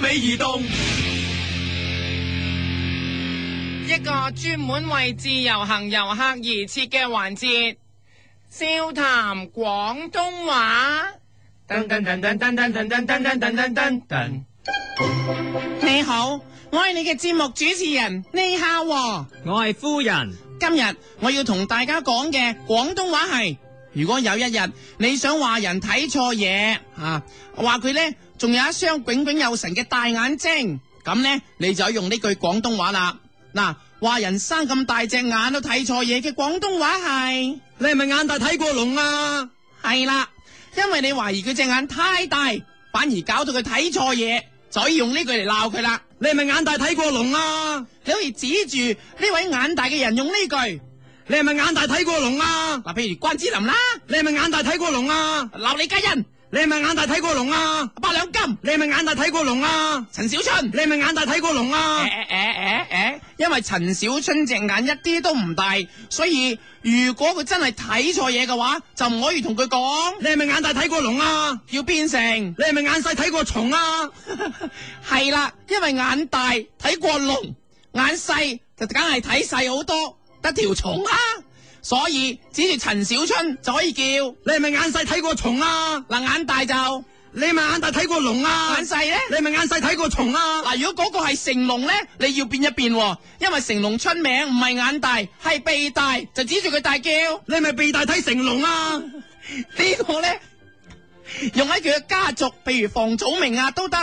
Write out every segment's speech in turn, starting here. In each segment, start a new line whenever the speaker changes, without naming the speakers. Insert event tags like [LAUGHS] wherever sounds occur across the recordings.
美移動。
一個專門為自由行遊客而設嘅環節，笑談廣東話。噔噔噔噔噔噔噔噔噔噔噔噔噔。你好，我係你嘅節目主持人呢下喎。
我係夫人，
今日我要同大家講嘅廣東話係，如果有一日你想話人睇錯嘢啊，話佢呢仲有一雙炯炯有神嘅大眼睛，咁呢，你就用呢句廣東話啦。嗱、話人生咁大隻眼都睇錯嘢嘅廣東話係
你係咪眼大睇過龍啊？
係啦，因為你懷疑佢隻眼太大，反而搞到佢睇錯嘢，就可以用呢句嚟鬧佢啦。
你係咪眼大睇過龍啊？
你可以指住呢位眼大嘅人用呢句。
你係咪眼大睇過龍啊？
嗱，譬如關之琳啦，
你係咪眼大睇過龍啊？
鬧李嘉欣、
你係咪眼大睇過龍啊？
八兩金、
你係咪眼大睇過龍啊？
陳小春
你。係咪眼大睇過龍啊
誒？誒誒誒誒，因為陳小春隻眼一啲都唔大，所以如果佢真係睇錯嘢嘅話，就唔可以同佢講，
你係咪眼大睇過龍啊？
要變成
你係咪眼細睇過蟲啊？
係啦，因為眼大睇過龍，眼細就梗係睇細好多，得條蟲啦。所以指住陳小春就可以叫
你係咪眼細睇過蟲啊？
嗱，眼大就眼
你係咪眼大睇過龍啊？
細咧。
你係咪眼細睇過蟲啊？
嗱，如果嗰個係成龍咧，你要變一變、喎，因為成龍出名唔係眼大，係鼻大，就指住佢大叫。
你係咪鼻大睇成龍啊？
呢個咧用喺佢嘅家族，譬如房祖名啊都得，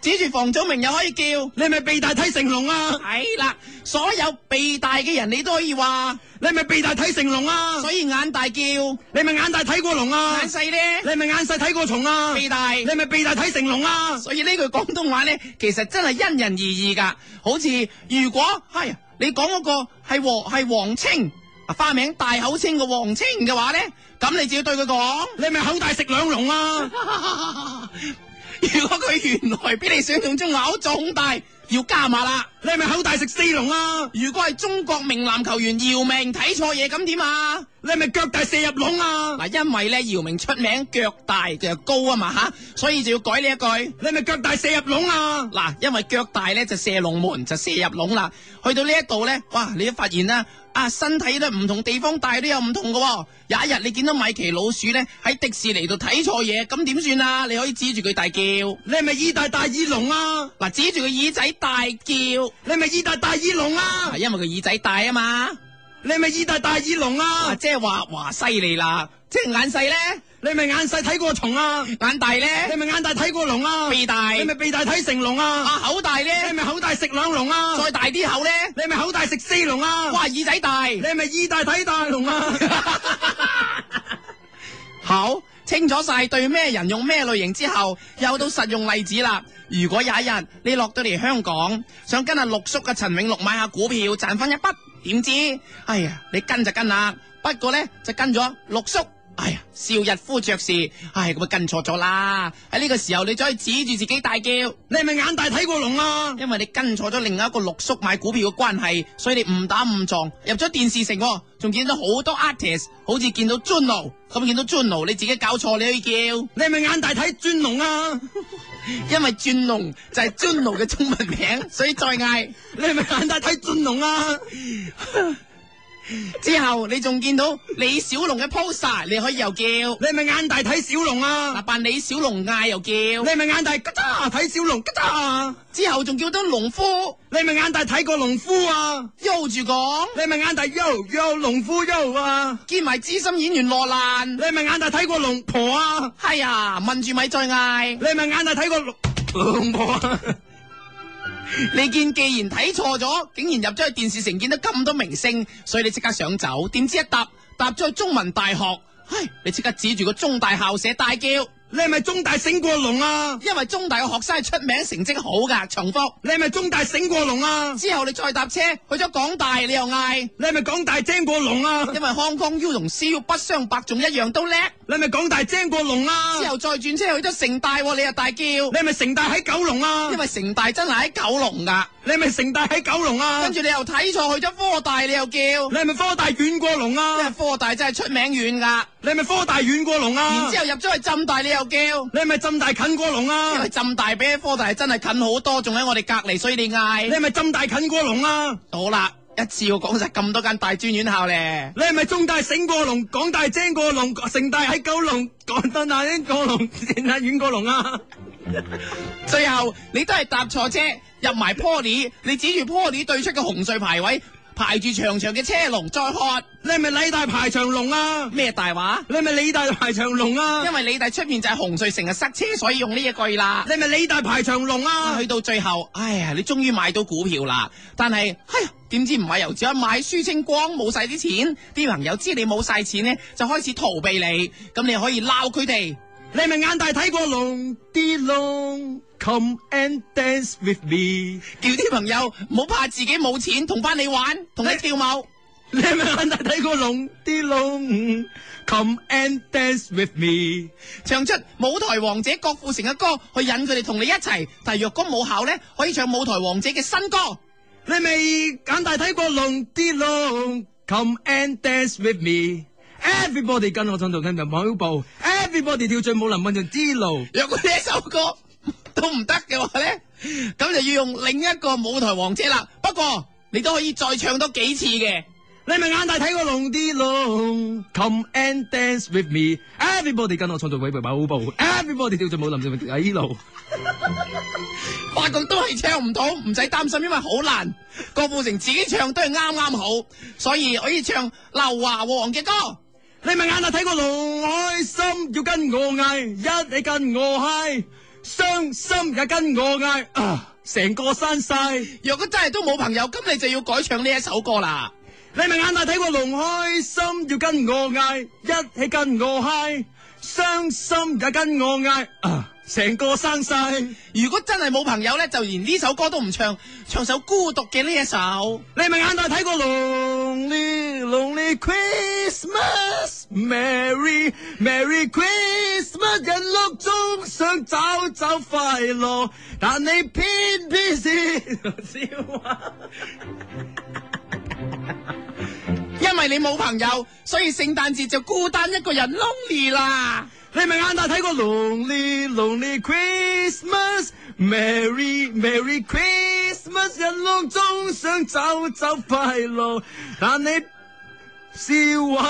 指住房祖名又可以叫。
你係咪鼻大睇成龍啊？
係啦，所有鼻大嘅人你都可以話，
你係咪鼻大睇成龍啊？
所以眼大叫，眼
你係咪眼大睇過龍啊？
細
你
咧
係咪眼細睇過蟲啊？
鼻大。
你係咪鼻大睇成龍啊？
所以呢句廣東話咧，其實真係因人而異噶。好似如果係、哎、你講嗰個係黃係黃青，啊花名大口青嘅黃青嘅話咧，咁你就要對佢講。 [LAUGHS]
你係咪口大食兩龍啊？
如果佢原來比你想象中口仲大，要加碼啦。
你係咪口大食四龍啊？
如果係中國名籃球員姚明睇錯嘢咁點啊？
你係咪腳大射入籠啊？
嗱，因為咧姚明出名腳大就高啊嘛吓，所以就要改呢一句。
你係咪腳大射入籠啊？
嗱，因為腳大咧就射龍門就射入籠啦。去到呢一度咧，哇！你都發現啦，啊，身體咧唔同地方大都有唔同嘅、喎。有一日你見到米奇老鼠咧喺迪士尼度睇錯嘢，咁點算啊？你可以指住佢大叫，嗱，
你係咪耳大大耳龍啊？
指住佢耳仔大叫，
你係咪耳大大耳龍啊
啊，？因為佢耳仔大啊嘛，
你係咪耳大大耳龍
啊，
啊？
即係話哇犀利啦，即係眼細咧，
你係咪眼細睇過蟲啊？你
眼大
係
咧，
咪眼大睇過龍啊？
鼻大，
你係咪鼻大睇成龍啊？
啊口大
你係
咧，
咪口大食兩龍啊？
再大啲口咧，
你係咪口大食四龍啊？
哇耳仔大。
你係咪耳大睇大龍啊？
好，清楚晒對咩人用咩類型之後，又到實用例子啦。如果有一日你落到嚟香港，想跟阿六叔嘅陳永樂買下股票賺翻一筆，點知？哎呀，你跟就跟啦，不過呢，就跟咗六叔。哎呀，邵逸夫爵士，唉，咁啊跟錯咗啦！喺呢個時候，你就可以指住自己大叫，因
你係咪眼大睇過龍啊？
為你跟錯咗另外一個六叔買股票嘅關係，所以你誤打誤撞入咗電視城喎，仲見到好多 artist，好似見到 Juno，咁見到 Juno 你自己搞錯，你去叫。
你係咪眼大睇尊龍啊？
因為轉龍就係尊龍嘅中文名，所以再嗌
你係咪眼大睇尊龍啊？
之後，你仲見到李小龍嘅 poster，你可以又叫
你係咪眼大睇小龍
嗱
啊？
扮李小龍嗌又
你
叫，
係咪眼大吉喳睇小龍吉喳？
之後仲叫到農夫
你係咪眼大睇過農夫啊？
悠住講，
你係咪眼大又又農夫又啊？
見埋資深演員羅蘭
你，係咪眼大睇過龍婆啊？
係啊，問住咪再
你
嗌。
係咪眼大睇過龍龍婆啊？
你見既然睇錯咗，竟然入咗去電視城見到咁多明星，所以你即刻想走，點知一搭搭咗去中文大學，唉，你即刻指住個中大校舍大叫，因
你係咪中大醒過龍啊？
為中大嘅學生係出名成績好噶，重複。
你係咪中大醒過龍啊？
之後你再搭車去咗港大，你又嗌，
你係咪港大精過龍啊？
因為 Hong Kong U 同 CU 不相伯仲一樣都叻，
你係咪港大精過龍啊？
之後再轉車去咗城大喎，你又大叫，
你係咪城大喺九龍啊
因？為城大真係喺九龍㗎。
你係咪城大喺九龍啊？
跟住你又睇錯去咗科大，你又叫，
你係咪科大遠過龍
因為
啊？
科大真係出名遠㗎。
你係咪科大遠過龍
然
啊
之？後入咗去浸大，你又叫。
你係咪浸大近過龍
因
啊
為？浸大比起科大真係近好多，仲喺我哋隔離，所以你
你
嗌
係咪浸大近過龍啊？
好啦，一次我講晒咁多間大專院校咧。
你係咪中大醒過龍，港大精過龍，城大喺九龍，港大精過龍，城大遠過龍啊？
最後你都係搭錯車，入埋 Poly，你指住 Poly 對出嘅紅隧排位，排住長長嘅車龍，再喝
你係咪禮大排長龍啊？
咩大話？
你係咪理大排長龍啊？
因為你哋出面就係紅隧，成日塞車，所以用呢一句啦
你。係咪理大排長龍啊？
去到最後，哎呀，你終於買到股票啦，但係，哎呀，點知唔買油紙，一買輸清光，冇晒啲錢，啲朋友知你冇晒錢呢，就開始逃避你，咁你可以鬧佢哋。
你係咪眼大睇過龍啲龍？Come and dance with me。
叫啲朋友唔好怕自己冇錢，同翻你玩，同你跳舞。
你係咪眼大睇過龍啲龍？Come and dance with me。
唱出舞台王者郭富城嘅歌，去引佢哋同你一齊。但係若果冇效呢，可以唱舞台王者嘅新歌。
你係咪眼大睇過龍啲龍？Come and dance with me。Everybody 跟我進度跟住跑步，Everybody 跳最舞林運用啲路。
若果呢一首歌都唔得嘅話呢，咁就要用另一個舞台王者啦。不過你都可以再唱多幾次嘅。
你係咪眼大睇過龍啲龍？Come and dance with me，everybody 跟我創造偉大舞步，everybody 跳進舞林上面底路。
發覺都係唱唔到，唔使擔心，因為好難。郭富城自己唱都係啱啱好，所以可以唱劉華王嘅歌。
你咪眼大睇過龍，開心要跟我嗌，一你跟我嗨，傷心也跟我嗌啊！成個山晒，你
若果真係都冇朋友，咁你就要改唱呢一首歌啦。
咪眼大睇過龍，開心要跟我嗌，一起跟我嗨，傷心也跟我嗌啊！成個山晒，你
如果真係冇朋友呢，就連呢首歌都唔唱，唱首孤獨嘅呢一首。
咪眼大睇過龍，Lonely Lonely Christmas，Merry Merry Christmas，人樂中想找找快樂，但你偏偏是笑話。
因為你冇朋友，所以聖誕節就孤單一個人 lonely 啦。
你咪眼大睇過 Lonely Lonely Christmas，Merry Merry Christmas，人浪中想找找快樂，但你笑話。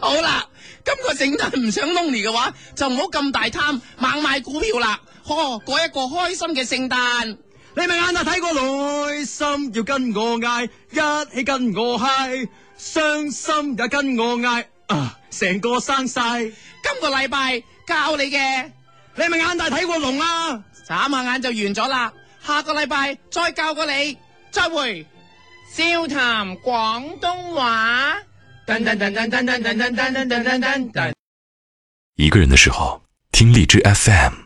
好啦，今個聖誕唔想 lonely 嘅話，就唔好咁大貪，猛買股票啦。呵，過一個開心嘅聖誕。
你咪眼大睇過開心要跟我嗌，一起跟我嗨，傷心也跟我嗌，啊，成個生晒。你
今個禮拜教你嘅，
咪眼大睇過龍啊！
眨下眼就完咗啦。下個禮拜再教過你，再會。笑談廣東話。
一个人的时候，听荔枝 FM。